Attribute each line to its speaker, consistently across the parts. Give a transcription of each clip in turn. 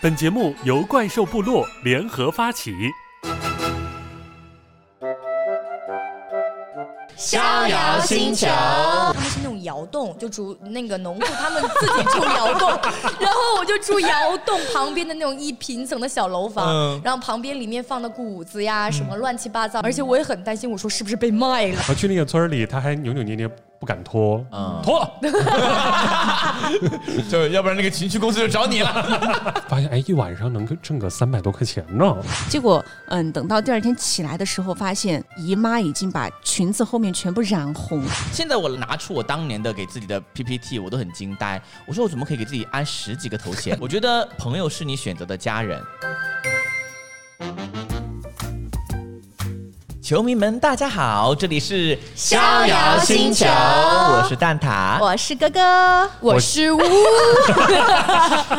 Speaker 1: 本节目由怪兽部落联合发起。
Speaker 2: 逍遥星球
Speaker 3: 他们是那种窑洞，就住那个农户，他们自己住窑 洞，然后我就住窑洞旁边的那种一平层的小楼房，
Speaker 2: 嗯
Speaker 3: 然后旁边里面放的谷子呀，什么乱七八糟，而且我也很担心，我说是不是被卖了？
Speaker 1: 我去那个村儿里，他还扭扭捏捏不敢脱，
Speaker 2: 嗯
Speaker 1: 脱了，
Speaker 2: 就要不然那个情趣公司就找你了。
Speaker 1: 发现哎一晚上能够挣个三百多块钱呢。
Speaker 4: 结果，嗯，等到第二天起来的时候，发现姨妈已经把裙子后面全部染红。
Speaker 2: 现在我拿出我当年的给自己的 PPT，我都很惊呆。我说我怎么可以给自己安十几个头 衔？我觉得朋友是你选择的家人。球迷们，大家好，这里是
Speaker 3: 逍遥星球
Speaker 2: 我是蛋挞，
Speaker 3: 我是哥哥，我是乌，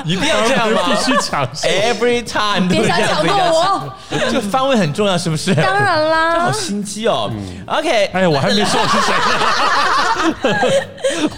Speaker 2: 一定要这样吗
Speaker 1: 必须抢先。
Speaker 2: ？Every time
Speaker 3: 别想抢过我，
Speaker 2: 我，这方位很重要，是不是？
Speaker 3: 当然
Speaker 2: 好
Speaker 3: 啦，
Speaker 2: 心机哦。OK，
Speaker 1: 哎呀，我还没说我是谁呢。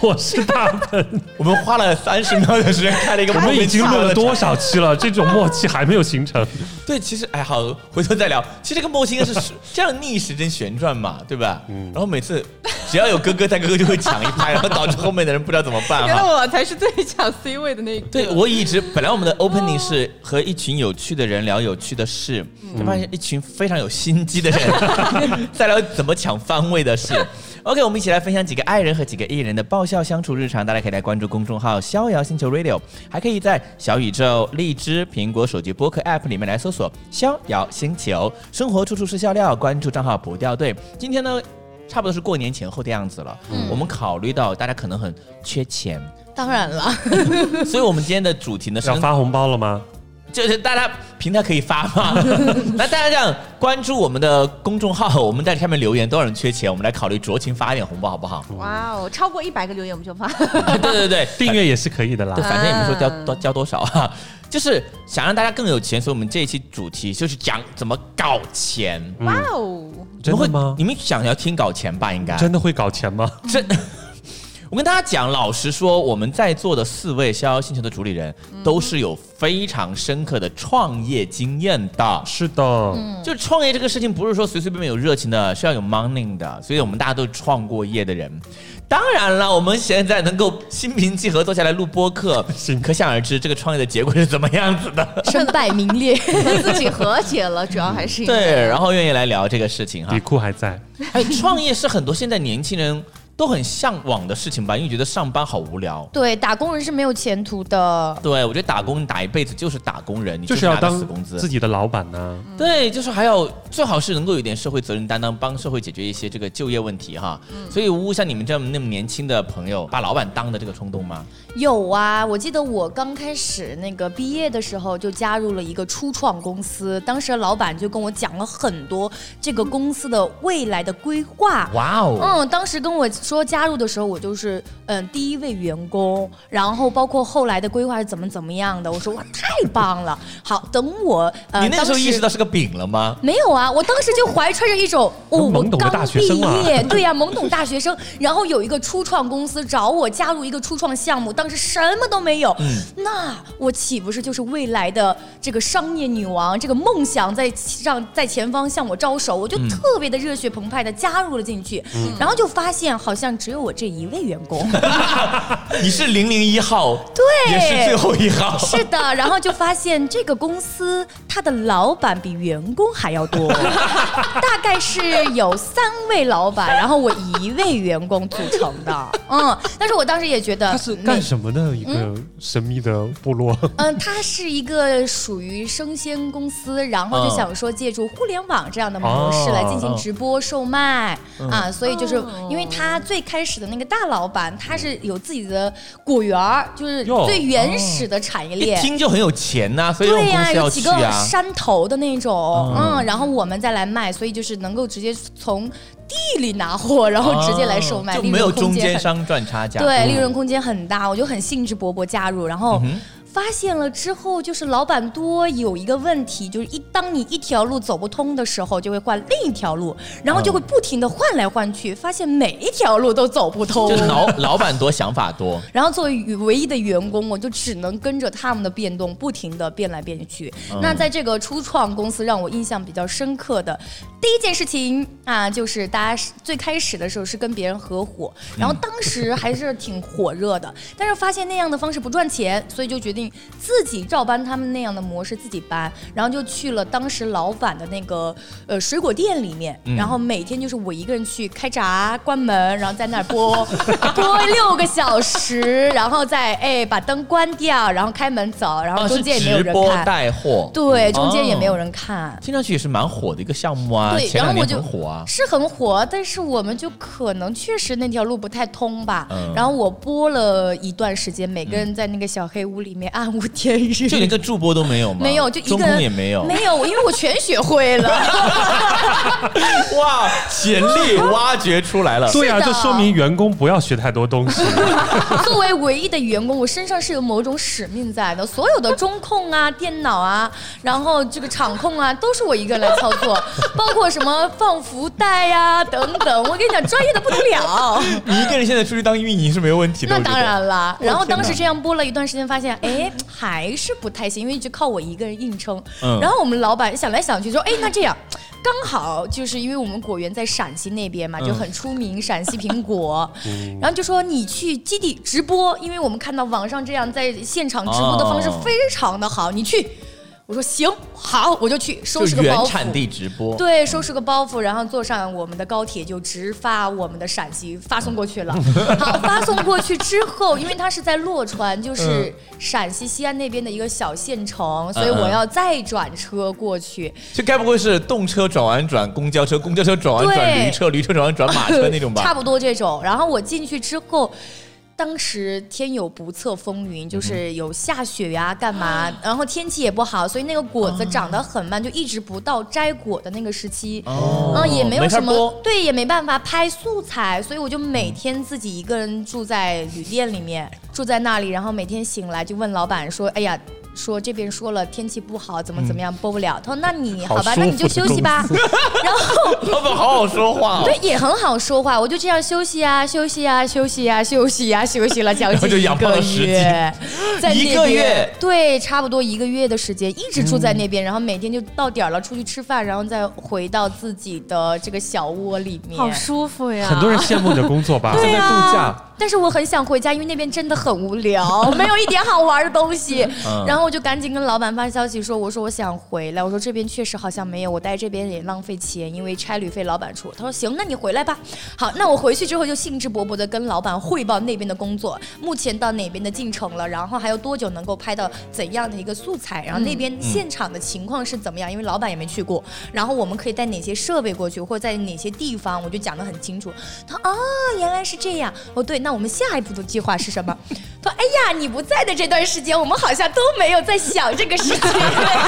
Speaker 1: 我是大笨，
Speaker 2: 我们花了三十秒的时间开了一个
Speaker 1: 我
Speaker 2: 莫
Speaker 1: 们
Speaker 2: 名
Speaker 1: 已
Speaker 2: 其
Speaker 1: 经
Speaker 2: 妙
Speaker 1: 录
Speaker 2: 的
Speaker 1: 了
Speaker 2: 场
Speaker 1: 多少期了？这种默契还没有形成。
Speaker 2: 对，其实哎，好，回头再聊。其实这个梦应该是这样逆时针旋转嘛，对吧？
Speaker 1: 嗯
Speaker 2: 然后每次只要有哥哥在，哥哥就会抢一拍，然后导致后面的人不知道怎么办
Speaker 5: 原来
Speaker 2: 哈。
Speaker 5: 我才是最抢 C 位的那个。
Speaker 2: 对，我一直本来我们的 opening 是和一群有趣的人聊有趣的事，就发现一群非常有心机的人 在聊怎么抢方位的事。OK，我们一起来分享几个爱人和几个艺人的爆笑相处日常，大家可以来关注公众号“逍遥星球 Radio”，还可以在小宇宙、荔枝、苹果手机播客 App 里面来搜索“逍遥星球”，生活处处是笑料，关注账号不掉队。今天呢，差不多是过年前后的样子了，我们考虑到大家可能很缺钱，
Speaker 3: 当然啦。
Speaker 2: 所以我们今天的主题呢是
Speaker 1: 要
Speaker 2: 跟
Speaker 1: 发红包了吗？
Speaker 2: 就是大家平台可以发吗？那大家这样关注我们的公众号，我们在下面留言，多少人缺钱，我们来考虑酌情发一点红包，好不好？
Speaker 4: 哇哦，超过一百个留言我们就发。
Speaker 2: 对对对，
Speaker 1: 订阅也是可以的啦
Speaker 2: 对，。反正也没说交
Speaker 4: 啊
Speaker 2: 多交多少啊，就是想让大家更有钱，所以我们这一期主题就是讲怎么搞钱。
Speaker 5: 哇哦，
Speaker 1: 真的吗
Speaker 2: 你？们会你们想要听搞钱吧？应该
Speaker 1: 真的会搞钱吗？
Speaker 2: 真。我跟大家讲，老实说，我们在座的四位《逍遥星球》的主理人都是有非常深刻的创业经验的。
Speaker 1: 是的，
Speaker 2: 就创业这个事情，不是说随随便便有热情的，是要有 money 的。所以我们大家都是创过业的人。当然了，我们现在能够心平气和坐下来录播 客
Speaker 1: 心，
Speaker 2: 可想而知这个创业的结果是怎么样子的。
Speaker 3: 身败名裂，
Speaker 4: 自己和解了，主要还是因为
Speaker 2: 对，然后愿意来聊这个事情哈
Speaker 1: 底。裤还在。
Speaker 2: 哎，创业是很多现在年轻人都很向往的事情吧，因为觉得上班好无聊。
Speaker 3: 对，打工人是没有前途的。
Speaker 2: 对，我觉得打工打一辈子就是打工人，你
Speaker 1: 就是是要
Speaker 2: 拿个
Speaker 1: 当
Speaker 2: 死工资
Speaker 1: 自。己的老板呢、
Speaker 3: 嗯
Speaker 2: 对，就是还有最好是能够有点社会责任担当，帮社会解决一些这个就业问题哈。
Speaker 3: 嗯
Speaker 2: 所以呜，像你们这样那么年轻的朋友，把老板当的这个冲动吗？
Speaker 3: 有啊，我记得我刚开始那个毕业的时候就加入了一个初创公司，当时老板就跟我讲了很多这个公司的未来的规划。
Speaker 2: 哇哦，
Speaker 3: 嗯，当时跟我说加入的时候，我就是嗯第一位员工，然后包括后来的规划是怎么怎么样的，我说哇太棒了。好，等我呃，
Speaker 2: 你那个时候
Speaker 3: 当
Speaker 2: 意识到是个饼了吗？
Speaker 3: 没有啊，我当时就怀揣着一种哦，我
Speaker 1: 懵懂的大
Speaker 3: 刚
Speaker 1: 学
Speaker 3: 毕
Speaker 1: 生啊
Speaker 3: 业，对呀、懵懂大学生。 然后有一个初创公司找我加入一个初创项目，当时什么都没有，
Speaker 1: 嗯
Speaker 3: 那我岂不是就是未来的这个商业女王？这个梦想在让在前方向我招手，我就
Speaker 1: 嗯
Speaker 3: 特别的热血澎湃的加入了进去，然后就发现好像只有我这一位员 工。
Speaker 2: 你是零零一号，
Speaker 3: 对
Speaker 2: 也是最后一号。
Speaker 3: 是的，然后就发现这个公司它的老板比员工还要多，大概是有三位老板，然后我一位员工组成的。嗯，但是我当时也觉得
Speaker 1: 他是
Speaker 3: 没
Speaker 1: 干什么的一个神秘的部落？
Speaker 3: 嗯，它是一个属于生鲜公司，然后就想说借助互联网这样的模式来进行直播售卖、
Speaker 1: 嗯
Speaker 3: 啊，所以就是因为它最开始的那个大老板，他是有自己的果园儿，就是
Speaker 1: 哟嗯
Speaker 3: 最原始的产业
Speaker 2: 一
Speaker 3: 链。
Speaker 2: 听就很有钱呐、所以这种
Speaker 3: 对
Speaker 2: 公
Speaker 3: 呀、
Speaker 2: 司
Speaker 3: 有
Speaker 2: 要
Speaker 3: 几
Speaker 2: 去
Speaker 3: 个
Speaker 2: 啊。
Speaker 3: 山头的那种，嗯，然后我们再来卖，所以就是能够直接从地里拿货，然后直接来售卖，
Speaker 2: 啊哦就
Speaker 3: 利
Speaker 2: 没
Speaker 3: 润
Speaker 2: 有
Speaker 3: 空
Speaker 2: 中
Speaker 3: 间
Speaker 2: 间嗯
Speaker 3: 很
Speaker 2: 商赚差价。嗯
Speaker 3: 对，利润空间很大，我就很兴致勃勃加入，然后发现了之后，就是老板多有一个问题，就是一当你一条路走不通的时候，就会换另一条路，
Speaker 2: 嗯
Speaker 3: 然后就会不停的换来换去，发现每一条路都走不通
Speaker 2: 嗯就。老老板多，想法多，
Speaker 3: 然后作为与唯一的员工，我就只能跟着他们的变动，不停的变来变去。那在这个初创公司，让我印象比较深刻的第一件事情啊，就是大家是最开始的时候是跟别人合伙，然后当时还是挺火热的，但是发现那样的方式不赚钱，所以就决定自己照搬他们那样的模式自己搬，然后就去了当时老板的那个呃水果店里面，
Speaker 2: 嗯
Speaker 3: 然后每天就是我一个人去开闸、关门，然后在那儿播 播六个小时，然后再哎把灯关掉，然后开门走，然后
Speaker 2: 啊，
Speaker 3: 中
Speaker 2: 是
Speaker 3: 间也没有
Speaker 2: 直
Speaker 3: 人
Speaker 2: 播
Speaker 3: 看，
Speaker 2: 带货，
Speaker 3: 对，中间也没有
Speaker 2: 哦
Speaker 3: 人看。
Speaker 2: 听上去也是蛮火的一个项目啊，
Speaker 3: 对，
Speaker 2: 前两
Speaker 3: 然后我
Speaker 2: 年
Speaker 3: 就
Speaker 2: 很火啊，
Speaker 3: 是很火，但是我们就可能确实那条路不太通吧。
Speaker 2: 嗯
Speaker 3: 然后我播了一段时间，每个人在那个小黑屋里面暗无天日，
Speaker 2: 就连 个助播都没有吗？
Speaker 3: 没有，就一个
Speaker 2: 中控也没有，
Speaker 3: 没有，因为我全学 会了。
Speaker 2: 哇，潜力挖掘出来 了。
Speaker 1: 对呀、
Speaker 3: 是的
Speaker 1: 这说明员工不要学太多东西。
Speaker 3: 作为唯一的员工，我身上是有某种使命在的。所有的中控啊、电脑啊，然后这个场控啊，都是我一个人来操作，包括什么放福袋呀、等等。我跟你讲，专业的不得了。
Speaker 2: 你一个人现在出去当运营是没有问题的，
Speaker 3: 那
Speaker 2: 我觉
Speaker 3: 当
Speaker 2: 得
Speaker 3: 然了，然后
Speaker 2: 天
Speaker 3: 当时
Speaker 2: 哪
Speaker 3: 这样播了一段时间，发现哎还是不太行，因为就靠我一个人硬撑。
Speaker 2: 嗯
Speaker 3: 然后我们老板想来想去说，哎，那这样。刚好就是因为我们果园在陕西那边
Speaker 2: 嗯
Speaker 3: 嘛，就很出名，陕西苹果。 然后就说你去基地直播，因为我们看到网上这样在现场直播的方式
Speaker 2: 哦
Speaker 3: 非常的好，你去。我说行，好，我就去收
Speaker 2: 就
Speaker 3: 拾个包
Speaker 2: 原
Speaker 3: 袱。
Speaker 2: 产地直播，
Speaker 3: 对，收拾个包袱，然后坐上我们的高铁，就直发我们的陕西，发送过 去了。好，发送过去之后，因为它是在洛川，
Speaker 2: 嗯
Speaker 3: 就是陕西西安那边的一个小县城，
Speaker 2: 嗯
Speaker 3: 所以我要再转车过去。
Speaker 2: 这该不会是动车转弯转公交车，公交车转弯转
Speaker 3: 对
Speaker 2: 驴车，驴车转弯转马 车那种吧？
Speaker 3: 差不多这种。然后我进去之后。当时天有不测风云，
Speaker 2: 嗯
Speaker 3: 就是有下雪呀、干嘛？然后天气也不好，所以那个果
Speaker 2: 哦
Speaker 3: 子长得很慢，就一直不到摘果的那个时期。
Speaker 2: 哦
Speaker 3: 嗯，也没有什
Speaker 2: 没法
Speaker 3: 么，对，也没办法拍素材，所以我就每天自己一个人住在旅店里面，住在那里，然后每天醒来就问老板说：“哎呀。”说这边说了天气不好，
Speaker 2: 嗯
Speaker 3: 怎么怎么样播不了。他说：“那你
Speaker 1: 好
Speaker 3: 好吧，那你
Speaker 1: 舒
Speaker 3: 就
Speaker 1: 服的
Speaker 3: 休息吧。
Speaker 1: 公”
Speaker 3: 然后
Speaker 2: 老板好好说话哦，
Speaker 3: 对，也很好说话，我就这样休息啊，休息啊，休息啊，休息啊，休息了 将
Speaker 2: 然后
Speaker 3: 近
Speaker 2: 就
Speaker 3: 一
Speaker 2: 养胖
Speaker 3: 个
Speaker 2: 了10
Speaker 3: 月，在
Speaker 2: 一
Speaker 3: 那
Speaker 2: 个
Speaker 3: 边
Speaker 2: 月嗯
Speaker 3: 对，差不多一个月的时间，一直住在那边，然后每天就到点儿了出去吃饭，然后再回到自己的这个小窝里面。
Speaker 5: 好舒服呀！
Speaker 1: 很多人羡慕你的工作吧？
Speaker 2: 正在度假，
Speaker 3: 但是我很想回家，因为那边真的很无聊，没有一点好玩的东西。
Speaker 2: 嗯
Speaker 3: 然后我就赶紧跟老板发消息说：“我说我想回来，我说这边确实好像没有，我待这边也浪费钱，因为差旅费老板出。”他说：“行，那你回来吧。”好，那我回去之后就兴致勃勃的跟老板汇报那边的工作，目前到哪边的进程了，然后还有多久能够拍到怎样的一个素材，然后那边现场的情况是怎么样，因为老板也没去过，然后我们可以带哪些设备过去，或者在哪些地方，我就讲得很清楚。他说：“哦，原来是这样。哦，对，那我们下一步的计划是什么？ 他说：“哎呀，你不在的这段时间，我们好像都没有在想这个事情。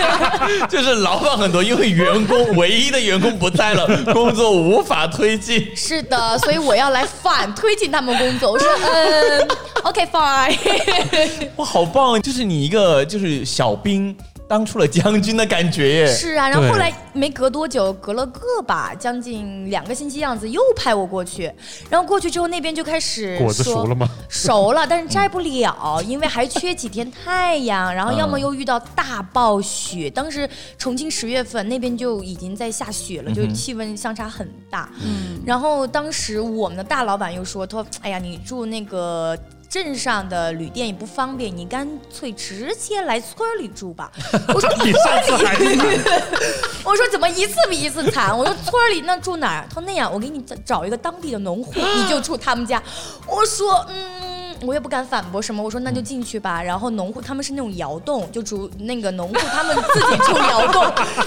Speaker 2: 就是老板很多，因为员工唯一的员工不在 了，工作无法推进”。
Speaker 3: 是的，所以我要来反推进他们工作。我说：“嗯，OK fine。
Speaker 2: 哇，好棒！啊就是你一个就是小兵当出了将军的感觉”耶。
Speaker 3: 是啊，然后
Speaker 1: 对
Speaker 3: 后来没隔多久，隔了个吧，将近两个星期样子，又派我过去。然后过去之后，那边就开始
Speaker 1: 果子
Speaker 3: 说
Speaker 1: 熟了吗？
Speaker 3: 熟了，但是摘不了，因为还缺几天太阳，然后要么又遇到大暴雪。当时重庆十月份那边就已经在下雪了，就气温相差很大。嗯，然后当时我们的大老板又说：“他说，哎呀，你住那个。”镇上的旅店也不方便，你干脆直接来村儿里住吧。我说
Speaker 1: 比上次还
Speaker 3: 我说怎么一次比一次惨？我说村儿里那住哪儿？他说那样，我给你找找一个当地的 农户，你就住他们家。我说嗯，我也不敢反驳什么，我说那就进去吧。然后农户他们是那种窑洞，就住那个农户他们自己住窑 洞，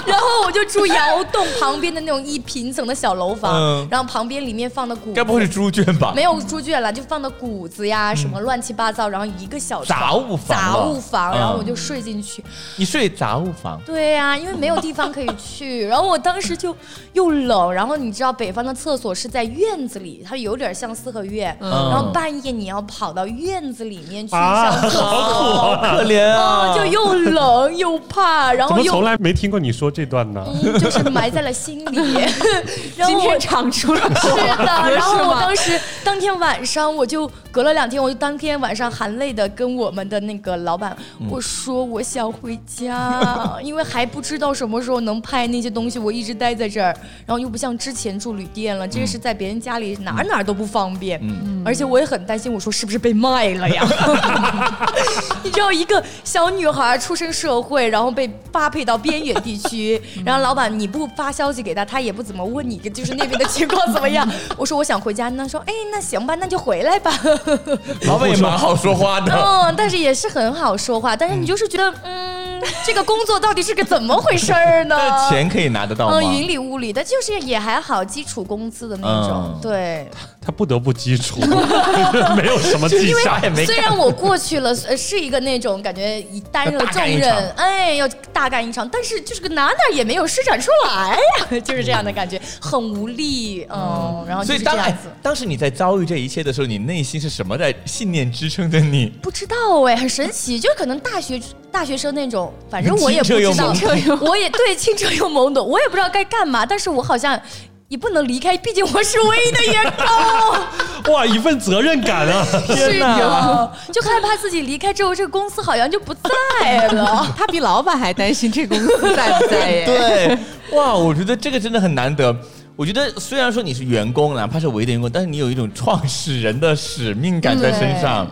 Speaker 3: 然后我就住窑洞旁边的那种一平层的小楼房，
Speaker 2: 嗯
Speaker 3: 然后旁边里面放的谷
Speaker 2: 该不会是猪圈吧？嗯
Speaker 3: 没有猪圈了，就放的谷子呀什么乱七八糟，然后一个小床
Speaker 2: 杂物房
Speaker 3: 杂
Speaker 2: 了
Speaker 3: 物房，然后
Speaker 2: 嗯
Speaker 3: 我就睡进去。
Speaker 2: 你睡杂物房，
Speaker 3: 对呀、因为没有地方可以去，然后我当时就又冷，然后你知道北方的厕所是在院子里，它有点像四合院，
Speaker 2: 嗯
Speaker 3: 然后半夜你要跑到到院子里面去
Speaker 1: 啊
Speaker 3: 上厕所，
Speaker 2: 好可怜啊！
Speaker 3: 啊就又冷又怕，然
Speaker 1: 怎
Speaker 3: 后
Speaker 1: 么
Speaker 3: 又
Speaker 1: 从来没听过你说这段呢？
Speaker 3: 嗯，就是埋在了心里。然后
Speaker 5: 今
Speaker 3: 我
Speaker 5: 天长出了
Speaker 3: 是的，然后
Speaker 5: 是
Speaker 3: 我
Speaker 5: 吗
Speaker 3: 当时当天晚上我就隔了两天，我就当天晚上含泪的跟我们的那个老板我说我想回家，因为还不知道什么时候能拍那些东西，我一直待在这儿，然后又不像之前住旅店了，这个是在别人家里哪儿哪儿都不方便，
Speaker 2: 嗯
Speaker 3: 而且我也很担心，我说是不是被卖了呀？你知道一个小女孩出身社会，然后被发配到边远地 区，然后老板你不发消息给她，她也不怎么问你，就是那边的情况怎么样。我说我想回家，那说哎那行吧，那就回 来吧。
Speaker 2: 老板也蛮好说话 的，
Speaker 3: 嗯，但是也是很好说话，但是你就是觉得嗯，这个工作到底是个怎么回事儿 呢？
Speaker 2: 但钱可以拿得到吗
Speaker 3: 嗯，？云里雾里的，就是也还好，基础工资的那种
Speaker 2: 嗯，
Speaker 3: 对。
Speaker 1: 他不得不基础，没有什么技巧，也
Speaker 3: 虽然我过去了，呃，是一个那种感觉一担任了
Speaker 2: 要
Speaker 3: 重
Speaker 2: 大干一
Speaker 3: 任，哎，要大干一场，但是就是个哪哪也没有施展出来呀， 就是这样的感觉，很无力，嗯，然后就
Speaker 2: 所以
Speaker 3: 是这
Speaker 2: 当
Speaker 3: 样
Speaker 2: 哎
Speaker 3: 子。
Speaker 2: 当时你在遭遇这一切的时候，你内心是什么在信念支撑着你？
Speaker 3: 不知道哎，很神奇，就可能大学大学生那种，反正我也不
Speaker 2: 清澈又
Speaker 3: 知道，
Speaker 2: 懵
Speaker 3: 我也对清澈又懵懂，我也不知道该干嘛，但是我好像也不能离开，毕竟我是唯一的员 工。
Speaker 1: 哇，一份责任感啊！
Speaker 3: 是的，就害怕自己离开之后，这个公司好像就不在了。
Speaker 5: 他比老板还担心这公司在不在耶？
Speaker 2: 对，哇，我觉得这个真的很难得。我觉得虽然说你是员工，哪怕是唯一的员工，但是你有一种创始人的使命感在身上。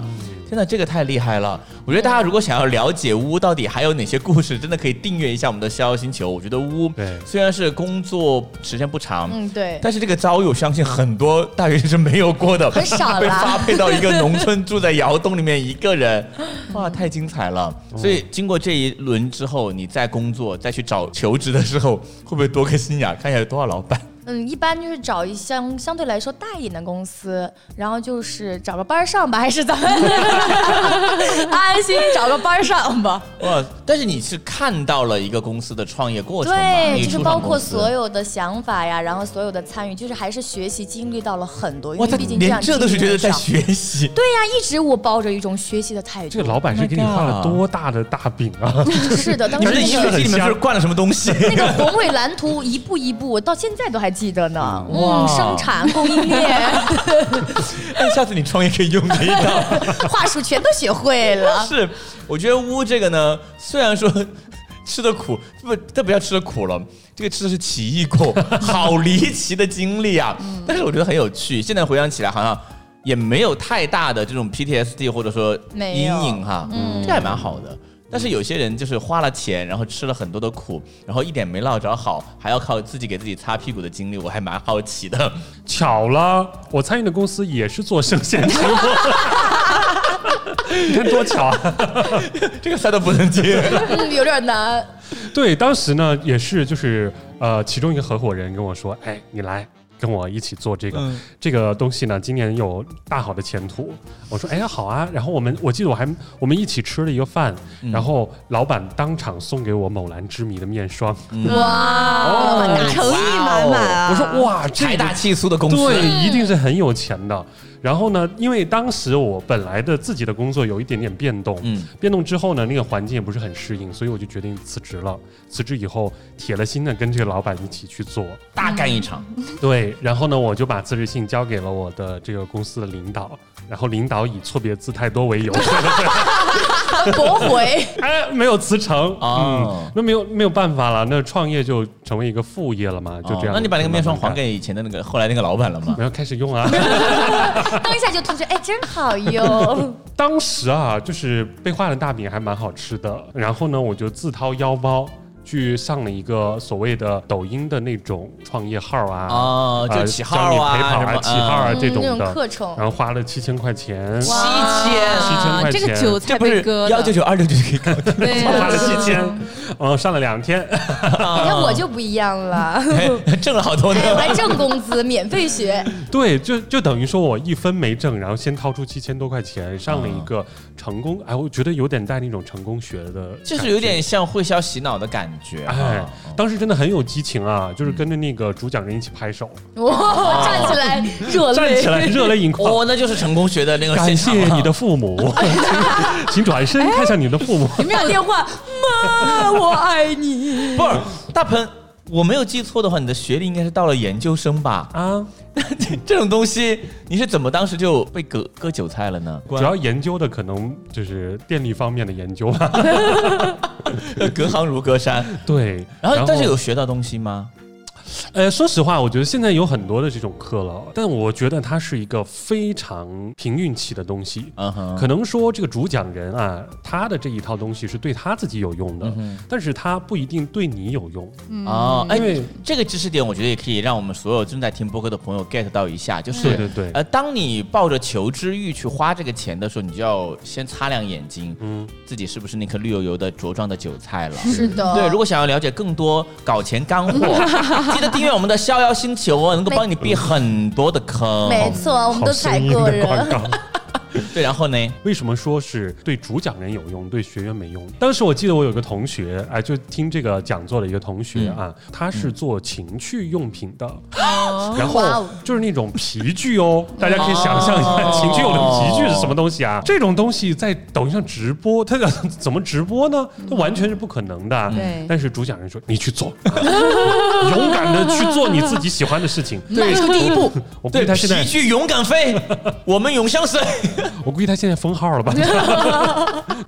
Speaker 2: 真的，这个太厉害了！我觉得大家如果想要了解乌到底还有哪些故事，真的可以订阅一下我们的《逍遥星球》。我觉得乌
Speaker 1: 对
Speaker 2: 虽然是工作时间不长，
Speaker 3: 嗯，对。
Speaker 2: 但是这个遭遇，我相信很多大学生是没有过的，
Speaker 3: 很少啦
Speaker 2: 被发配到一个农村，住在窑洞里面一个 人，哇，太精彩了！所以经过这一轮之后，你再工作，再去找求职的时候，会不会多颗心眼，看一下有多少老 板？
Speaker 3: 嗯，一般就是找一相相对来说大一点的公司，然后就是找个班儿上吧，还是咱们 安心找个班儿上吧。
Speaker 2: 哇！但是你是看到了一个公司的创业过程吧，
Speaker 3: 对，
Speaker 2: 你
Speaker 3: 就是
Speaker 2: 出
Speaker 3: 包
Speaker 2: 场公
Speaker 3: 括
Speaker 2: 司
Speaker 3: 所。有的想法呀，然后所有的参与，就是还是学习经历到了很多，因
Speaker 2: 哇，
Speaker 3: 为
Speaker 2: 他
Speaker 3: 毕竟这
Speaker 2: 连
Speaker 3: 样
Speaker 2: 这都是觉得在
Speaker 3: 经历很少
Speaker 2: 学习，
Speaker 3: 对呀、一直我抱着一种学习的态
Speaker 1: 这
Speaker 3: 度
Speaker 1: 个。 老板是给你画了多大的大饼啊！
Speaker 3: 是的，当
Speaker 2: 你
Speaker 3: 时
Speaker 2: 们的
Speaker 3: 那
Speaker 2: 音乐
Speaker 3: 个
Speaker 1: 很
Speaker 2: 系里面是不是灌了什么东 西？
Speaker 3: 那个宏伟蓝图一步一步，我到现在都还记得呢。
Speaker 2: 啊哇
Speaker 3: 嗯，生产供应链
Speaker 2: 哎下次你创业可以用这一套。
Speaker 3: 话术全都学会 了。
Speaker 2: 是，我觉得乌这个呢，虽然说 吃的苦，不，这不叫吃的苦了，这个吃的是奇异果， 好离奇的经历啊！但是我觉得很有趣，现在回想起来好像也没有太大的这种 PTSD 或者说
Speaker 3: 没
Speaker 2: 阴
Speaker 3: 有
Speaker 2: 影哈，这还蛮好的。但是有些人就是花了钱，然后吃了很多的苦，然后一点没落着好，还要靠自己给自己擦屁股的经历，我还蛮好奇的。
Speaker 1: 巧了，我参与的公司也是做生鲜直播，你看多巧啊！
Speaker 2: 这个塞都不能接。
Speaker 3: 嗯，有点难。
Speaker 1: 对，当时呢也是就是呃，其中一个合伙人跟我说：“哎，你来跟我一起做这个、
Speaker 2: 嗯
Speaker 1: 这个东西呢，今年有大好的前途。”我说：“哎呀，好啊。”然后我们我记得我还我们一起吃了一个饭，
Speaker 2: 嗯
Speaker 1: 然后老板当场送给我某兰之谜的面霜。
Speaker 2: 嗯
Speaker 3: 哇
Speaker 5: 哦诚意满满
Speaker 2: 哦
Speaker 5: 啊！
Speaker 1: 我说：“哇，这
Speaker 2: 财
Speaker 1: 个
Speaker 2: 大气粗的公司，
Speaker 1: 对，一定是很有钱的。然后呢，因为当时我本来的自己的工作有一点点变动，
Speaker 2: 嗯
Speaker 1: 变动之后呢，那个环境也不是很适应，所以我就决定辞职了。辞职以后，铁了心的跟这个老板一起去做。
Speaker 2: 大干一场。
Speaker 1: 对，然后呢，我就把辞职信交给了我的这个公司的领导，然后领导以错别字太多为 由，
Speaker 3: 驳回。
Speaker 1: 哎，没有辞呈
Speaker 2: 哦
Speaker 1: 嗯，那没有没有办法了，那创业就成为一个副业了嘛，就这样。
Speaker 2: 哦那你把那个面霜还
Speaker 1: 慢慢干？
Speaker 2: 给以前的那个后来那个老板了吗？
Speaker 1: 没有开始用啊。
Speaker 3: 当下就突觉，哎，真好用。
Speaker 1: 当时啊，就是被画的大饼还蛮好吃的，然后呢，我就自掏腰包去上了一个所谓的抖音的那种创业号啊，
Speaker 2: 哦就
Speaker 1: 呃
Speaker 2: 起号啊
Speaker 1: 教你陪跑
Speaker 2: 什么
Speaker 1: 啊、起号啊
Speaker 3: 嗯
Speaker 1: 这种
Speaker 3: 那种
Speaker 1: 的，啊
Speaker 3: 课程
Speaker 1: 然后花了七千块钱，
Speaker 5: 哇
Speaker 2: 七千
Speaker 1: 7000
Speaker 5: 啊
Speaker 1: 块钱
Speaker 5: 这个韭菜
Speaker 2: 这不
Speaker 5: 被
Speaker 2: 是
Speaker 5: 割
Speaker 2: 幺
Speaker 5: 了
Speaker 2: 九九二六九就可以搞定。
Speaker 5: 对
Speaker 1: 花
Speaker 5: 啊
Speaker 1: 了七千，嗯，上了两天，
Speaker 3: 你哎看我就不一样了，
Speaker 2: 哎挣了 好多呢
Speaker 3: 哎，。我还挣工资，免费学。
Speaker 1: 对，就就等于说我一分没挣，然后先掏出七千多块钱上了一个成功，哎，我觉得有点带那种成功学的感觉，
Speaker 2: 就是有点像会销洗脑的感觉啊。
Speaker 1: 哎
Speaker 2: 嗯，
Speaker 1: 当时真的很有激情啊，就是跟着那个主讲人一起拍手，
Speaker 2: 嗯
Speaker 3: 哇，站起来热泪，
Speaker 1: 哦站起来热泪盈眶。
Speaker 2: 哦，那就是成功学的那个
Speaker 1: 感
Speaker 2: 现场啊哎
Speaker 1: 谢
Speaker 2: 了
Speaker 1: 你的父母， 请请转身看向你的父母。
Speaker 3: 你们打电话，妈，我爱你。
Speaker 2: 不是大鹏，我没有记错的话，你的学历应该是到了研究生吧？
Speaker 1: 啊，
Speaker 2: 这种东西你是怎么当时就被割割韭菜了呢？
Speaker 1: 主要研究的可能就是电力方面的研究吧。
Speaker 2: 隔行如隔山，
Speaker 1: 对，
Speaker 2: 然后但是有学到东西吗？
Speaker 1: 呃，说实话，我觉得现在有很多的这种课了，但我觉得它是一个非常凭运气的东西。
Speaker 2: 嗯哼，
Speaker 1: 可能说这个主讲人啊，他的这一套东西是对他自己有用的，
Speaker 2: 嗯
Speaker 1: 但是他不一定对你有用。
Speaker 2: 哼哦，哎
Speaker 1: 因为，
Speaker 2: 这个知识点我觉得也可以让我们所有正在听播客的朋友 get 到一下，就是
Speaker 1: 对对哎对
Speaker 2: 呃，当你抱着求知欲去花这个钱的时候，你就要先擦亮眼睛，
Speaker 1: 嗯，
Speaker 2: 自己是不是那颗绿油油的茁壮的韭菜了。
Speaker 3: 是的，
Speaker 2: 对，如果想要了解更多搞钱干 货，记得订阅我们的《逍遥星球》哦，能够帮你避很多的
Speaker 1: 哦
Speaker 2: 坑。
Speaker 3: 没错，哦我们
Speaker 1: 好
Speaker 3: 都踩
Speaker 1: 声音
Speaker 3: 过
Speaker 1: 的广
Speaker 3: 人。
Speaker 1: 告。
Speaker 2: 对，然后呢？
Speaker 1: 为什么说是对主讲人有用，对学员没用？当时我记得我有个同学，哎，就听这个讲座的一个同学啊，他是做情趣用品的， 然
Speaker 3: 哇
Speaker 1: 后
Speaker 3: 嗯哦
Speaker 1: 就是那种皮具 哦，大家可以想象一下，
Speaker 2: 哦
Speaker 1: 情趣用品皮具是什么东西啊？这种东西在抖音上直播，他怎么直播呢？
Speaker 3: 嗯
Speaker 1: 他完全是不可能的。
Speaker 5: 对
Speaker 1: 但是主讲人说：“你去做， 勇敢的去做你自己喜欢的事情。”
Speaker 3: 迈出第一步，
Speaker 1: 我估
Speaker 2: 对，
Speaker 1: 计他现在
Speaker 2: 皮，具勇敢飞，我们永 相随。
Speaker 1: 我估计他现在封号了 吧？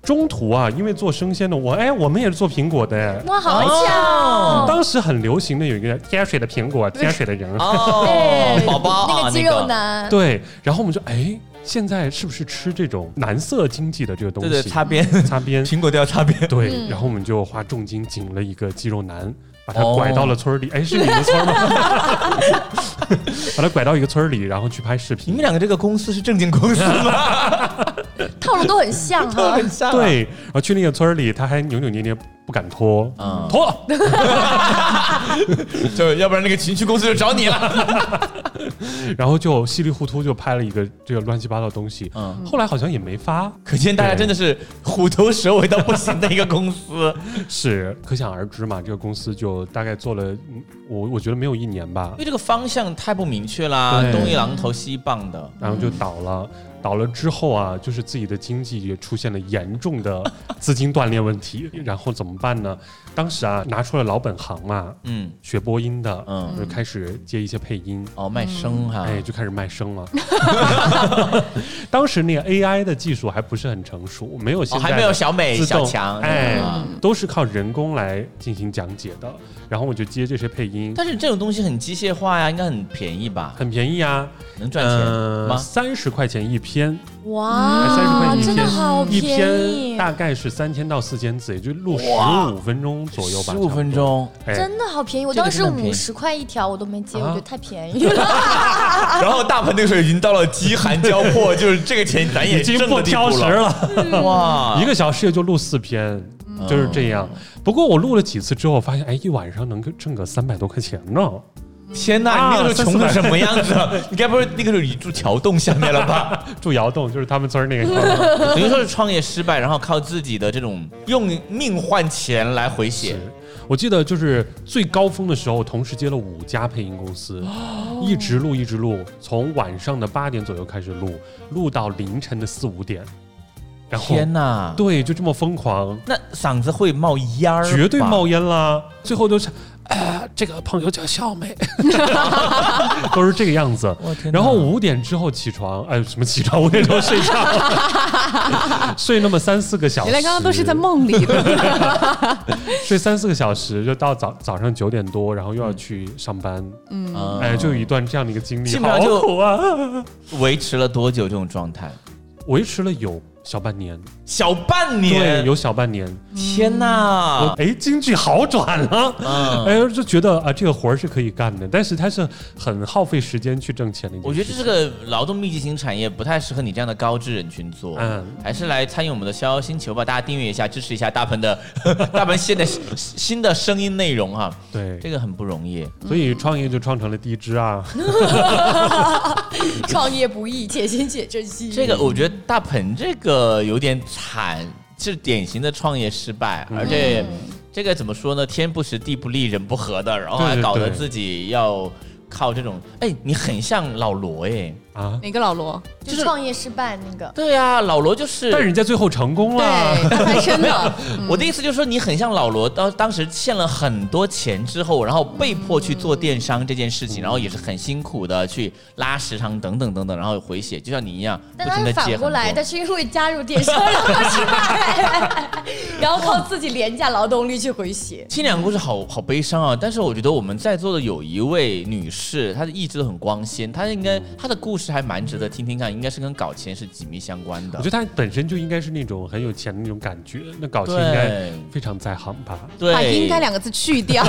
Speaker 1: 中途啊，因为做生鲜的，我哎，我们也是做苹果的哎。
Speaker 3: 哇，好
Speaker 2: 哦
Speaker 3: 巧。
Speaker 1: 当时很流行的有一个天水的苹果，天水的人，
Speaker 2: 哦
Speaker 3: 哎，
Speaker 2: 宝宝啊，
Speaker 3: 那个肌肉男，
Speaker 1: 对，然后我们就哎，现在是不是吃这种蓝色经济的这个东
Speaker 2: 对
Speaker 1: 西？
Speaker 2: 对，擦边，
Speaker 1: 擦边，
Speaker 2: 苹果都要擦边。
Speaker 1: 对，
Speaker 3: 嗯
Speaker 1: 然后我们就花重金请了一个肌肉男，把他
Speaker 2: 哦
Speaker 1: 拐到了村儿里，哎、是你们 村儿吗？把他拐到一个村儿里，然后去拍视
Speaker 2: 你们
Speaker 1: 频。
Speaker 2: 两个这个公司是正经公司吗？
Speaker 3: 套路都 很 像哈。
Speaker 2: 很像啊，
Speaker 1: 对，然后去那个村儿里，他还扭扭捏捏不敢脱，
Speaker 2: 嗯
Speaker 1: 脱了。
Speaker 2: 就要不然那个情趣公司就找你 了。
Speaker 1: 然后就稀里糊涂就拍了一个这个乱七八糟的东西，
Speaker 2: 嗯
Speaker 1: 后来好像也没发，
Speaker 2: 可见大家真的是虎头蛇尾到不行的一个公 司。
Speaker 1: 是可想而知嘛。这个公司就大概做了，嗯我我觉得没有一年吧
Speaker 2: 因，为这个方向太不明确啦，
Speaker 1: 对
Speaker 2: 东一榔头西一棒的。
Speaker 1: 然后就倒了。倒了之后啊，就是自己的经济也出现了严重 的资金断裂问题，然后怎么办呢？当时啊，拿出了老本行嘛，
Speaker 2: 嗯
Speaker 1: 学播音的，
Speaker 2: 嗯，
Speaker 1: 就开始接一些配音，
Speaker 2: 哦，卖声哈，
Speaker 1: 哎，就开始卖声 了。 当时那个 AI 的技术还不是很成熟，没有
Speaker 2: 哦，
Speaker 1: 现在
Speaker 2: 还
Speaker 1: 的
Speaker 2: 没有小美、
Speaker 1: 自
Speaker 2: 小
Speaker 1: 动
Speaker 2: 强，
Speaker 1: 哎
Speaker 2: 嗯，
Speaker 1: 都是靠人工来进行讲解的。然后我就接这些配音，
Speaker 2: 但是这种东西很机械化呀，应该很便宜吧？
Speaker 1: 很便宜啊，呃
Speaker 2: 能赚钱吗？
Speaker 1: 三十块钱一篇，哎三十
Speaker 3: 哇
Speaker 1: 块钱，一
Speaker 3: 真
Speaker 1: 篇，
Speaker 3: 的好
Speaker 1: 一
Speaker 3: 便
Speaker 1: 篇
Speaker 3: 宜，
Speaker 1: 大概是三千到四千字，也就录十五分钟左右吧，
Speaker 2: 十五分
Speaker 1: 差
Speaker 2: 钟，
Speaker 1: 不多，哎，
Speaker 3: 真的好便宜。我
Speaker 2: 这个
Speaker 3: 当时
Speaker 2: 真的很便宜
Speaker 3: 五十块一条我都没接，我
Speaker 1: 啊
Speaker 3: 觉得太便宜 了。
Speaker 2: 然后大鹏那个时候已经到了饥寒交迫， 就是这个钱咱
Speaker 1: 已经不挑食了，
Speaker 2: 哇！
Speaker 1: 一个小时也就录四篇，
Speaker 2: 嗯
Speaker 1: 就是这样。不过我录了几次之后，发现哎，一晚上能够挣个三百多块钱呢。
Speaker 2: 天
Speaker 1: 啊
Speaker 2: 呐，你那个时候穷成
Speaker 1: 300
Speaker 2: 什么样子了？ 你该不是那个时候你住桥洞下面了吧？
Speaker 1: 住窑洞就是他们村儿那个地方。
Speaker 2: 等于说是创业失败，然后靠自己的这种用命换钱来回血
Speaker 1: 是。我记得就是最高峰的时候，同时接了五家配音公司，一直录一直录，从晚上的八点左右开始录，录到凌晨的四五点，然后
Speaker 2: 天呐，
Speaker 1: 对，就这么疯狂，
Speaker 2: 那嗓子会冒烟儿吧，
Speaker 1: 绝对冒烟啦！最后都是，哎，这个朋友叫笑美， 都是这个样子。
Speaker 2: 我天哪
Speaker 1: 然后五点之后起床，哎，什么起床？五点钟睡觉， 睡那么三四个小时。
Speaker 5: 原来刚刚都是在梦里的，
Speaker 1: 睡三四个小时，就到早早上九点多，然后又要去上班，
Speaker 2: 嗯，
Speaker 1: 哎，就有一段这样的一个经历，
Speaker 2: 基本
Speaker 1: 好
Speaker 2: 上就
Speaker 1: 苦啊！
Speaker 2: 维持了多久这种状态？
Speaker 1: 维持了有小半年，
Speaker 2: 小半
Speaker 1: 对，
Speaker 2: 年，嗯
Speaker 1: 有小半年，
Speaker 2: 天
Speaker 1: 我
Speaker 2: 呐！
Speaker 1: 哎，京剧好转了。
Speaker 2: 嗯，
Speaker 1: 哎，就觉得啊，这个活儿是可以干的，但是它是很耗费时间去挣钱的一件事。
Speaker 2: 我觉得这是个劳动密集型产业，不太适合你这样的高知人群做。
Speaker 1: 嗯
Speaker 2: 还是来参与我们的逍遥星球吧，大家订阅一下，支持一下大鹏的 大鹏新的 新的声音内容哈，这
Speaker 1: 对，
Speaker 2: 个很嗯不容易。
Speaker 1: 所以创业就创成了第一支啊，
Speaker 3: 创业不易，且行且珍惜。
Speaker 2: 这个我觉得嗯大鹏这个有点惨，是典型的创业失败，而且这个怎么说呢？天不时，地不利，人不和的，然后还
Speaker 1: 对对
Speaker 2: 搞得
Speaker 1: 对
Speaker 2: 自己要靠这种，哎，你很像老罗哎，
Speaker 1: 啊！
Speaker 4: 哪个老罗？
Speaker 2: 就是
Speaker 3: 就创业失败那个，
Speaker 2: 对呀、老罗就是。
Speaker 1: 但人家最后成功了，
Speaker 4: 对，单身的，
Speaker 2: 我的意思就是说，你很像老罗，当当时欠了很多钱之后，然后被迫去做电商这件事情，然后也是很辛苦的去拉时长等等等等，然后回血，就像你一样，
Speaker 3: 但
Speaker 2: 不
Speaker 3: 他
Speaker 2: 停
Speaker 3: 是
Speaker 2: 的
Speaker 3: 反
Speaker 2: 接
Speaker 3: 过来，
Speaker 2: 很多
Speaker 3: 但是因为加入电商，然后 失败，然后靠自己廉价劳动力去回血。
Speaker 2: 听两个故事好好悲伤啊！但是我觉得我们在座的有一位女士，她的意志都很光鲜，她应该她的故事还蛮值得听听看，应该是跟搞钱是紧密相关的
Speaker 1: 我觉。得他本身就应该是那种很有钱的那种感觉，那搞钱应该
Speaker 2: 对
Speaker 1: 非常在行吧？
Speaker 2: 对，
Speaker 4: 把“应该”两个字去掉。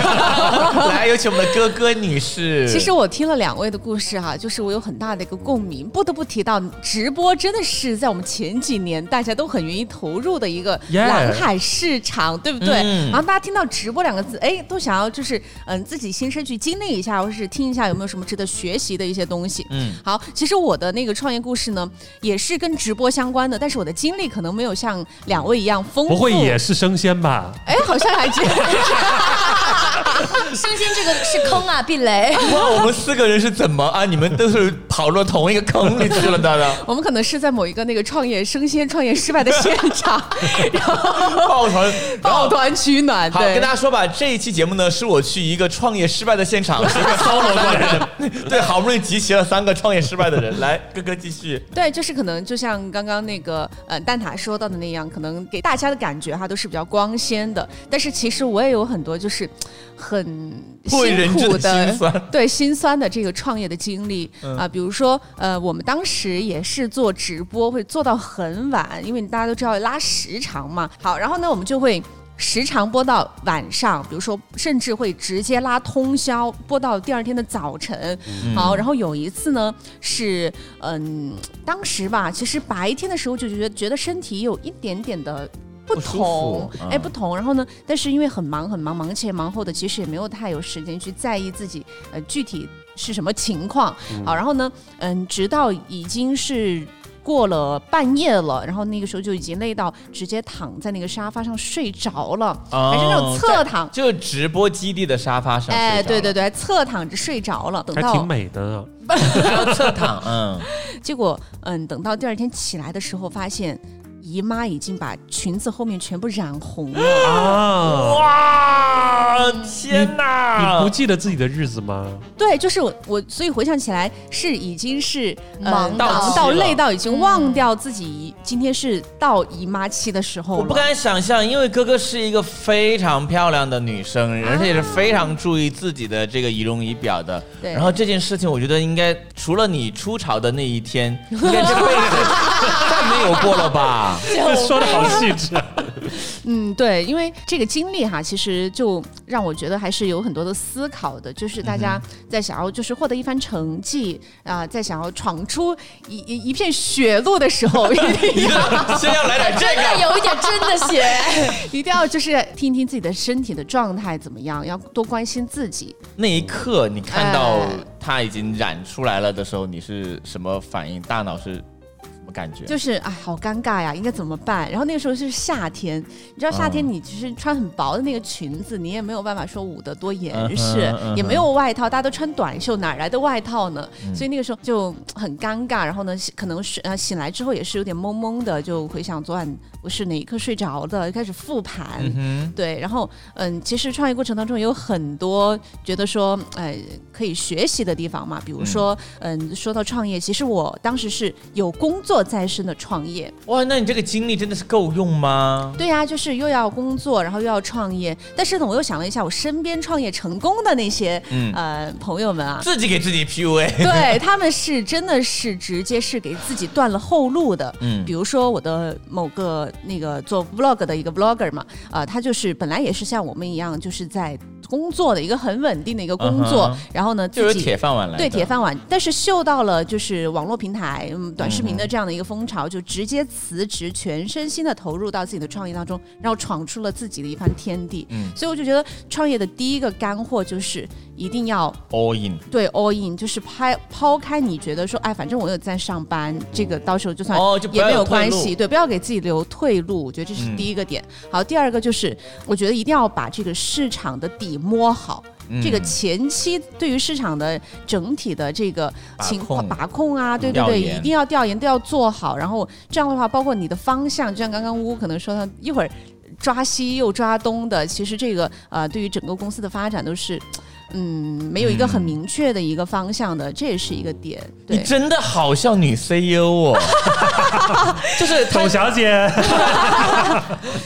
Speaker 2: 来，有请我们的哥哥女士。
Speaker 4: 其实我听了两位的故事哈、就是我有很大的一个共鸣，不得不提到直播真的是在我们前几年大家都很愿意投入的一个
Speaker 2: Yeah
Speaker 4: 蓝海市场，对不对？
Speaker 2: 嗯
Speaker 4: 然后大家听到直播两个字，哎，都想要就是嗯自己亲身去经历一下，或是听一下有没有什么值得学习的一些东西。
Speaker 2: 嗯
Speaker 4: 好，其实我的那个创业故事呢，也是跟直播相关的，但是我的经历可能没有像两位一样丰富。
Speaker 1: 不会也是生鲜吧？
Speaker 4: 哎，好像还真。
Speaker 3: 生鲜这个是坑啊，避雷。
Speaker 2: 哇，我们四个人是怎么啊？你们都是跑到同一个坑里去了的 呢？
Speaker 4: 我们可能是在某一个那个创业生鲜创业失败的现场， 然后
Speaker 2: 抱团，然
Speaker 4: 抱
Speaker 2: 后。
Speaker 4: 团取暖。
Speaker 2: 好，
Speaker 4: 对，
Speaker 2: 跟大家说吧，这一期节目呢，是我去一个创业失败的现场，是一个骚罗的 人，对，好不容易集齐了三个创业失败的人，来，哥哥继续。
Speaker 4: 对，就是可能就像刚刚那个呃蛋挞说到的那样，可能给大家的感觉哈都是比较光鲜的，但是其实我也有很多就是很
Speaker 2: 不为
Speaker 4: 辛
Speaker 2: 人知
Speaker 4: 苦
Speaker 2: 的辛酸 嗯
Speaker 4: 对心酸的这个创业的经历啊、比如说呃我们当时也是做直播，会做到很晚，因为大家都知道拉时长嘛。好，然后呢我们就会。时长播到晚上，比如说，甚至会直接拉通宵，播到第二天的早晨。
Speaker 2: 嗯
Speaker 4: 好，然后有一次呢，是嗯，当时吧，其实白天的时候就觉得觉得身体有一点点的。不
Speaker 2: 不舒
Speaker 4: 同
Speaker 2: 服，
Speaker 4: 哎，
Speaker 2: 嗯
Speaker 4: 不同。然后呢，但是因为很忙很忙，忙前忙后的，其实也没有太有时间去在意自己呃具体是什么情况。好，然后呢，嗯，直到已经是过了半夜了，然后那个时候就已经累到直接躺在那个沙发上睡着了，
Speaker 2: 哦
Speaker 4: 哦还是那种侧躺。
Speaker 2: 就直播基地的沙发上，
Speaker 4: 哎，对对
Speaker 2: 对，
Speaker 4: 对，侧躺着睡着了，等
Speaker 1: 还
Speaker 4: 到
Speaker 1: 挺美的，
Speaker 2: 要侧躺，嗯，
Speaker 4: 结果，嗯，等到第二天起来的时候，发现姨妈已经把裙子后面全部染红了。
Speaker 1: 啊！
Speaker 2: 哇，天
Speaker 1: 你
Speaker 2: 哪！
Speaker 1: 不记得自己的日子吗？
Speaker 4: 对，就是我，我所以回想起来是已经是、呃、
Speaker 3: 忙到
Speaker 4: 忙
Speaker 2: 期
Speaker 4: 到
Speaker 2: 了
Speaker 4: 累到已经忘掉自己、今天是到姨妈期的时候
Speaker 2: 我
Speaker 4: 了。
Speaker 2: 不敢想象，因为哥哥是一个非常漂亮的女生，
Speaker 4: 啊
Speaker 2: 而且也是非常注意自己的这个仪容仪表的。
Speaker 4: 对
Speaker 2: 然后这件事情，我觉得应该除了你出潮的那一 天，应该这辈 子再没有过了 吧？
Speaker 1: 这说的好细 致啊，
Speaker 4: 嗯，对，因为这个经历哈，其实就让我觉得还是有很多的思考的，就是大家在想要就是获得一番成绩啊、在想要闯出一一一片血路的时 候，一定
Speaker 2: 你这先要来点这
Speaker 3: 真的
Speaker 2: 个。
Speaker 3: 有一点真的血，
Speaker 4: 一定要就是听听自己的身体的状态怎么样，要多关心自己。
Speaker 2: 那一刻，你看到
Speaker 4: 哎
Speaker 2: 他已经染出来了的时候，你是什么反应？大脑是什么感觉？
Speaker 4: 就是哎，好尴尬呀，应该怎么办？然后那个时候是夏天，你知道夏天
Speaker 2: 嗯
Speaker 4: 你其实穿很薄的那个裙子，你也没有办法说捂得多严
Speaker 2: 嗯哼
Speaker 4: 实，
Speaker 2: 嗯哼嗯
Speaker 4: 也没有外套，大家都穿短袖，哪来的外套呢？所以那个时候就很尴尬。然后呢，可能是呃醒来之后也是有点懵懵的，就回想昨晚我是哪一刻睡着的，开始复盘。
Speaker 2: 嗯
Speaker 4: 对，然后嗯，其实创业过程当中有很多觉得说，呃，可以学习的地方嘛。比如说，嗯说到创业，其实我当时是有工作在身的创业。
Speaker 2: 哼，哇，那你这个经历真的是够用吗？
Speaker 4: 对呀、就是又要工作，然后又要创业。但是呢，我又想了一下，我身边创业成功的那些、
Speaker 2: 嗯，
Speaker 4: 呃朋友们啊
Speaker 2: 自己给自己 PUA。
Speaker 4: 对他们是真的是直接是给自己断了后路的。
Speaker 2: 嗯
Speaker 4: 比如说我的某个那个做 vlog 的一个 vlogger 嘛，啊、他就是本来也是像我们一样，就是在工作的一个很稳定的一个工作
Speaker 2: 嗯哼
Speaker 4: 然后呢
Speaker 2: 就是
Speaker 4: 自己
Speaker 2: 铁饭碗来的。
Speaker 4: 对铁饭碗，但是嗅到了就是网络平台、嗯短视频的这样的一个风潮，就直接辞职，全身心的投入到自己的创业当中，然后闯出了自己的一番天地。
Speaker 2: 嗯
Speaker 4: 所以我就觉得创业的第一个干货就是一定要
Speaker 2: all in，
Speaker 4: 对 all in，就是拍抛开你觉得说，哎，反正我有在上班，这个到时候就算
Speaker 2: 哦就不
Speaker 4: 也
Speaker 2: 要
Speaker 4: 没
Speaker 2: 有
Speaker 4: 有
Speaker 2: 退
Speaker 4: 关
Speaker 2: 路
Speaker 4: 系，对，不要给自己留退路，我觉得这是
Speaker 2: 嗯
Speaker 4: 第一个点。好，第二个就是我觉得一定要把这个市场的底摸好。
Speaker 2: 嗯
Speaker 4: 这个前期对于市场的整体的这个情
Speaker 2: 把控
Speaker 4: 况把控啊，对对
Speaker 2: 调
Speaker 4: 对，
Speaker 2: 研
Speaker 4: 一定要调研都要做好。然后这样的话，包括你的方向，就像刚刚乌可能说到一会儿抓西又抓东的，其实这个呃，对于整个公司的发展都是。嗯，没有一个很
Speaker 2: 嗯
Speaker 4: 明确的一个方向的，这也是一个点。
Speaker 2: 你
Speaker 4: 对，
Speaker 2: 真的好像女 CEO 哦， 就是她
Speaker 1: 董小姐，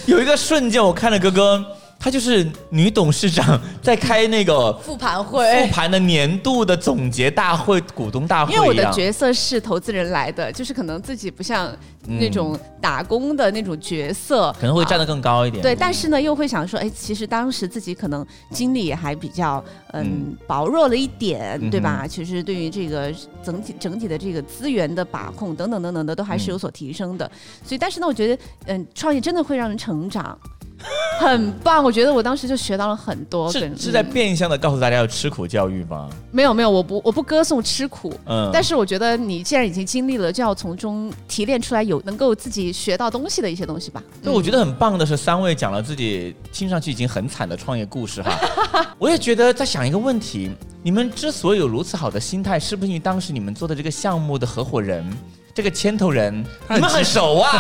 Speaker 2: 有一个瞬间，我看了哥哥，她就是女董事长在开那个
Speaker 3: 复盘
Speaker 2: 复
Speaker 3: 会，
Speaker 2: 盘的年度的总结大会、股东大会一
Speaker 4: 因
Speaker 2: 样。
Speaker 4: 为我的角色是投资人来的，就是可能自己不像那种打工的那种角色，
Speaker 2: 可能会站得更高一点。
Speaker 4: 对，但是呢，又会想说，哎，其实当时自己可能精力也还比较嗯
Speaker 2: 嗯
Speaker 4: 薄弱了一点，
Speaker 2: 嗯哼
Speaker 4: 对吧？其实对于这个整体整体的这个资源的把控等等等等的，都还
Speaker 2: 嗯
Speaker 4: 是有所提升的。所以，但是呢，我觉得，嗯，创业真的会让人成长， 很棒。我觉得我当时就学到了很多。
Speaker 2: 是
Speaker 4: 跟
Speaker 2: 是在
Speaker 4: 嗯
Speaker 2: 变相的告诉大家要吃苦教育吗？
Speaker 4: 没有没有，我不我不歌颂吃苦。
Speaker 2: 嗯，
Speaker 4: 但
Speaker 2: 是
Speaker 4: 是我觉得你既然已经经历了，就要从中提炼出来有能够自己学到东西的一些东西吧。
Speaker 2: 对，我觉得
Speaker 1: 嗯
Speaker 2: 很棒的是，三位讲了自己听上去已经很惨的创业故事哈。 我也觉得在想一个问题：你们之所以有如此好的心态，是不是因为当时你们做的这个项目的合伙人？这个牵头人，
Speaker 1: 他很
Speaker 2: 你们很熟啊！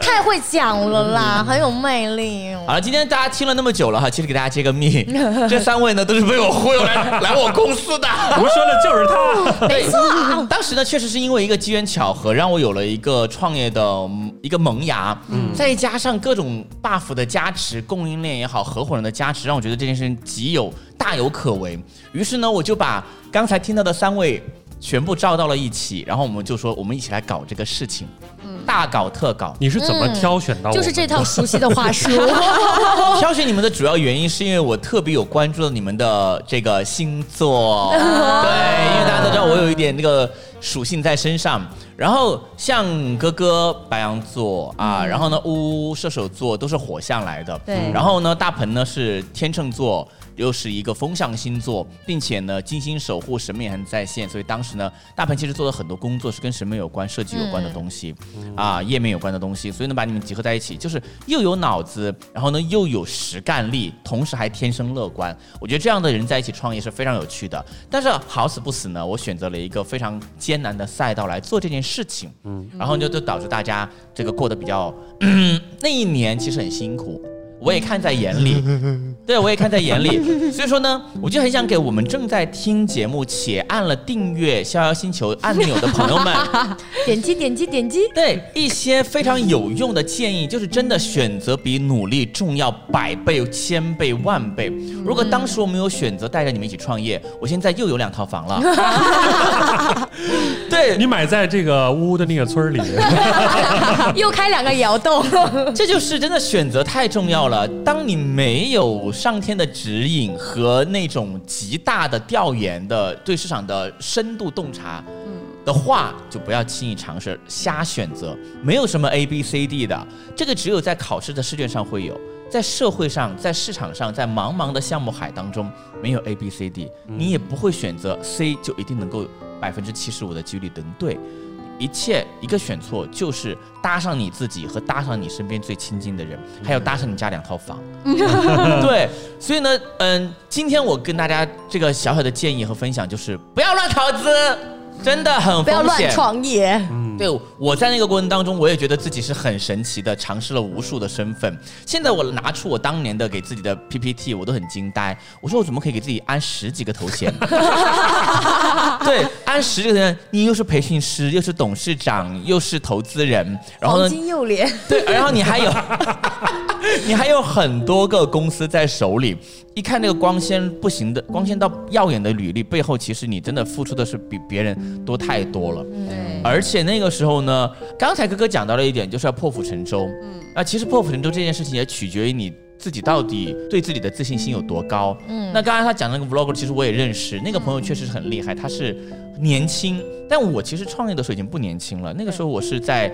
Speaker 3: 太会讲了
Speaker 2: 嗯
Speaker 3: 啦，很有魅力。哦
Speaker 2: 好了，今天大家听了那么久了哈，其实给大家揭 个密，这三位呢都是被我忽悠来来我公司的。
Speaker 1: 我们说的就是
Speaker 4: 嗯
Speaker 1: 他。
Speaker 2: 没错、当时呢，确实是因为一个机缘巧合，让我有了一个创业的嗯一个萌芽，再加上各种 buff 的加持，供应链也好，合伙人的加持，让我觉得这件事情极有大有可为。于是呢，我就把刚才听到的三位全部招到了一起，然后我们就说，我们一起来搞这个事情，大搞特 搞。
Speaker 1: 你是怎
Speaker 4: 嗯
Speaker 1: 么挑选到我们的？
Speaker 3: 就是这套熟悉的话术，
Speaker 2: 挑选你们的主要原因是因为我特别有关注到你们的这个星座， 对，
Speaker 3: 哦
Speaker 2: 因为大家都知道我有一点那个属性在身上。然后像哥哥白羊座啊，然后呢乌射手座都是火象来的，
Speaker 4: 对
Speaker 2: 然后呢大鹏呢是天秤座。又是一个风象星座，并且呢，金星守护神明也很在线，所以当时呢，大鹏其实做了很多工作是跟神明有关、设计有关的东西，啊，页面有关的东西，所以呢，把你们集合在一起，就是又有脑子，然后呢又有实干力，同时还天生乐观。我觉得这样的人在一起创业是非常有趣的。但是好死不死呢，我选择了一个非常艰难的赛道来做这件事情，嗯，然后就就导致大家这个过得比较，嗯那一年其实很辛苦。我也看在眼里，对我也看在眼里，所以说呢，我就很想给我们正在听节目且按了订阅《逍遥星球》按钮的朋友们，
Speaker 3: 点击点击 点击，
Speaker 2: 对一些非常有用的建议，就是真的选择比努力重要百倍、千倍、万倍。如果当时我没有选择带着你们一起创业，我现在又有两套房了。 对，
Speaker 1: 你买在这个乌的那个村儿里，
Speaker 3: 又开两个窑洞，
Speaker 2: 这就是真的选择太重要了。当你没有上天的指引和那种极大的调研的对市场的深度洞察，的话，就不要轻易尝试瞎选择，没有什么 A B C D 的，这个只有在考试的试卷上会有。在社会上，在市场上，在茫茫的项目海当中，没有 A、B、C、D，你也不会选择 C 就一定能够百分之七十五的几率能对，一切一个选错就是搭上你自己和搭上你身边最亲近的人，还有搭上你家两套房。对，所以呢，嗯，今天我跟大家这个小小的建议和分享就是不要乱投资，真的很
Speaker 3: 不要
Speaker 2: 风
Speaker 3: 乱
Speaker 2: 险。
Speaker 3: 创业。
Speaker 2: 对，我在那个过程当中，我也觉得自己是很神奇的，尝试了无数的身份。现在我拿出我当年的给自己的 PPT，我都很惊呆。我说我怎么可以给自己安十几个头 衔？对，安十几个头衔，你又是培训师，又是董事长，又是投资人，然后
Speaker 3: 黄
Speaker 2: 呢，
Speaker 3: 金右脸，
Speaker 2: 对，然后你还有， 你还有很多个公司在手里。一看那个光鲜不行的、光鲜到耀眼的履历背后，其实你真的付出的是比别人多太多了。
Speaker 4: 对，
Speaker 2: 而且那个时候呢，刚才哥哥讲到了一点，就是要破釜沉舟。嗯，啊，其实破釜沉舟这件事情也取决于你自己到底对自己的自信心有多高。嗯，那刚才他讲的那个 vlog，其实我也认识，那个朋友确实是很厉害，他是年轻，但我其实创业的时候已经不年轻了，那个时候我是在。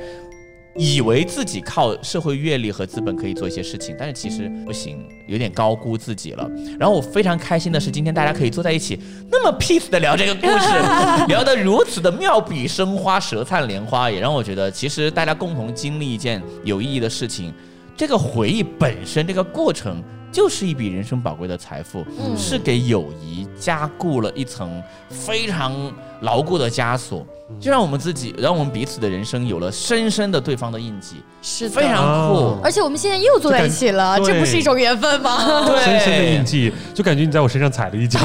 Speaker 2: 以为自己靠社会阅历和资本可以做一些事情，但是其实不行，有点高估自己了。然后我非常开心的是，今天大家可以坐在一起，那么 peace 的聊这个故事，聊得如此的妙笔生花、舌灿莲花，也让我觉得，其实大家共同经历一件有意义的事情，这个回忆本身，这个过程就是一笔人生宝贵的财富，是给友谊加固了一层非常牢固的枷锁。就让我们自己，让我们彼此的人生有了深深的对方的印记，
Speaker 3: 是
Speaker 2: 非常酷
Speaker 1: 哦。
Speaker 3: 而且我们现在又坐在一起了，
Speaker 1: 就感
Speaker 3: 这不是一种缘分吗？
Speaker 2: 对，
Speaker 1: 深深的印记，就感觉你在我身上踩了 一脚。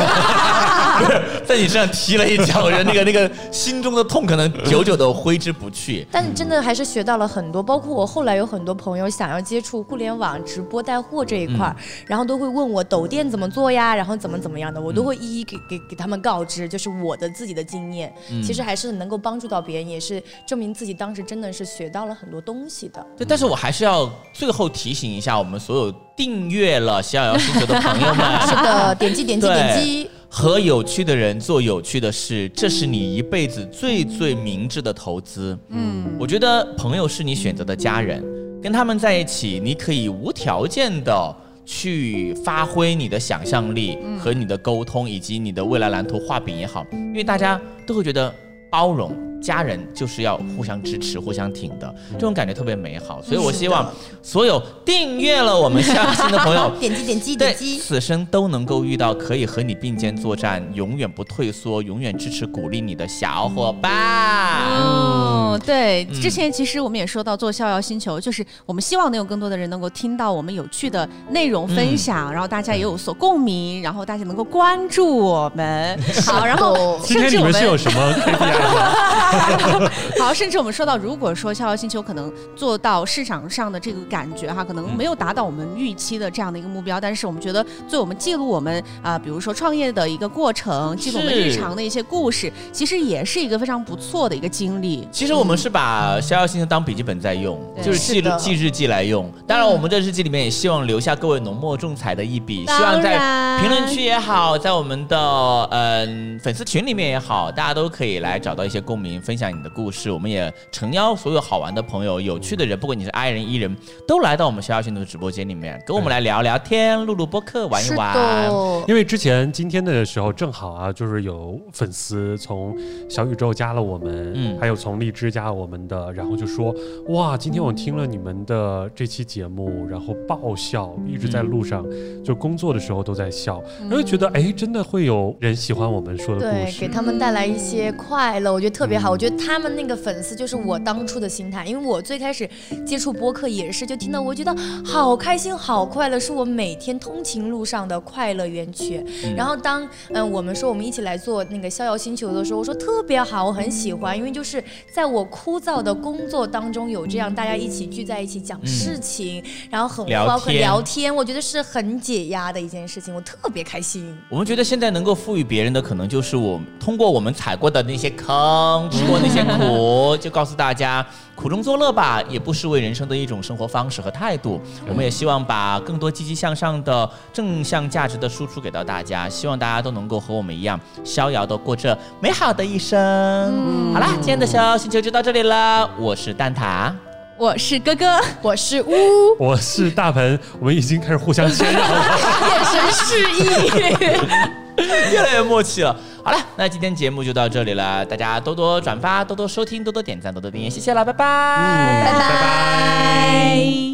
Speaker 2: 在你身上踢了一脚，人那个那个心中的痛可能久久的挥之 不去。
Speaker 3: 但真的还是学到了很多，包括我后来有很多朋友想要接触互联网直播带货这一块
Speaker 2: 嗯
Speaker 3: 儿，然后都会问我抖店怎么做呀，然后怎么怎么样的，我都会一一
Speaker 2: 嗯
Speaker 3: 给给给他们告知，就是我的自己的经验，其实还是能够帮助到别人，也是证明自己当时真的是学到了很多东西的。
Speaker 2: 对，但是我还是要最后提醒一下我们所有订阅了《逍遥星球》的朋 友们，
Speaker 3: 是的，呃点击点击
Speaker 2: 对
Speaker 3: 点击，，
Speaker 2: 和有趣的人做有趣的事，这是你一辈子最最明智的投资。嗯，我觉得朋友是你选择的家人，跟他们在一起，你可以无条件的去发挥你的想象力和你的沟通，以及你的未来蓝图画饼也好，因为大家都会觉得包容。家人就是要互相支持、互相挺的，这种感觉特别美好。所以我希望所有订阅了我们下期的朋友
Speaker 3: 点击点击
Speaker 2: 对，
Speaker 3: 点击，
Speaker 2: 此生都能够遇到可以和你并肩作战、永远不退缩、永远支持鼓励你的小伙伴。
Speaker 4: 哦，对，
Speaker 2: 嗯
Speaker 4: 之前其实我们也说到做《逍遥星球》，就是我们希望能有更多的人能够听到我们有趣的内容分享，
Speaker 2: 嗯
Speaker 4: 然后大家也有所共鸣，然后大家能够关注我们。好，然后
Speaker 1: 今
Speaker 4: 甚
Speaker 1: 天
Speaker 4: 至
Speaker 1: 你
Speaker 4: 我
Speaker 1: 们
Speaker 4: 们
Speaker 1: 是有什么 KPI 吗？
Speaker 4: 好，甚至我们说到，如果说《逍遥星球》可能做到市场上的这个感觉哈，可能没有达到我们预期的这样的一个目标，但是我们觉得作为我们记录我们啊、比如说创业的一个过程，记录我们
Speaker 2: 是
Speaker 4: 日常的一些故事，其实也是一个非常不错的一个经历。
Speaker 2: 其实我们是把《逍遥星球》当笔记本在用，
Speaker 4: 对
Speaker 2: 就是记
Speaker 3: 是的
Speaker 2: 记日记来用。当然，我们的日记里面也希望留下各位浓墨重彩的一笔，
Speaker 4: 当
Speaker 2: 希望在
Speaker 4: 然
Speaker 2: 评论 区也好，在我们的嗯、粉丝群里面也好，大家都可以来找到一些共鸣，分享你的故事。我们也诚邀所有好玩的朋友、有趣的人，不管你是 I 人、E 人，都来到我们逍遥星球的直播间里面，跟我们来聊聊天、录录播客、玩一
Speaker 3: 是
Speaker 2: 玩。
Speaker 3: 的。
Speaker 1: 因为之前今天的时候，正好啊，就是有粉丝从小宇宙加了我们，
Speaker 2: 嗯
Speaker 1: 还有从荔枝加了我们的，然后就说哇，今天我听了你们的这期节目，然后爆笑，一直在路上，就工作的时候都在笑，然后觉得哎，真的会有人喜欢我们说的故
Speaker 3: 对，给
Speaker 1: 事，
Speaker 3: 他们带来一些快乐，我觉得特别好。我觉得他们那个粉丝就是我当初的心态，因为我最开始接触播客也是，就听到我觉得好开心、好快乐，是我每天通勤路上的快乐源泉。然后当嗯我们说我们一起来做那个逍遥星球的时候，我说特别好，我很喜欢，因为就是在我枯燥的工作当中有这样大家一起聚在一起讲事情，然后很
Speaker 2: 聊
Speaker 3: 包括
Speaker 2: 天
Speaker 3: 聊天，我觉得是很解压的一件事情，我特别开心。
Speaker 2: 我们觉得现在能够赋予别人的，可能就是我们通过我们踩过的那些坑，吃过那些苦，就告诉大家苦中作乐吧，也不失为人生的一种生活方式和态度。我们也希望把更多积极向上的正向价值的输出给到大家，希望大家都能够和我们一样逍遥的过这美好的一生。好啦，今天的逍遥星球就到这里了，我是蛋挞。
Speaker 4: 我是哥哥。
Speaker 3: 我是乌。
Speaker 1: 我是大鹏，我们已经开始互相谦让了。
Speaker 3: 眼神示意。
Speaker 2: 越来越默契了。好了，那今天节目就到这里了，大家多多转发，多多收听，多多点赞，多多订阅，谢谢了，拜拜。
Speaker 1: 拜拜。
Speaker 4: 拜。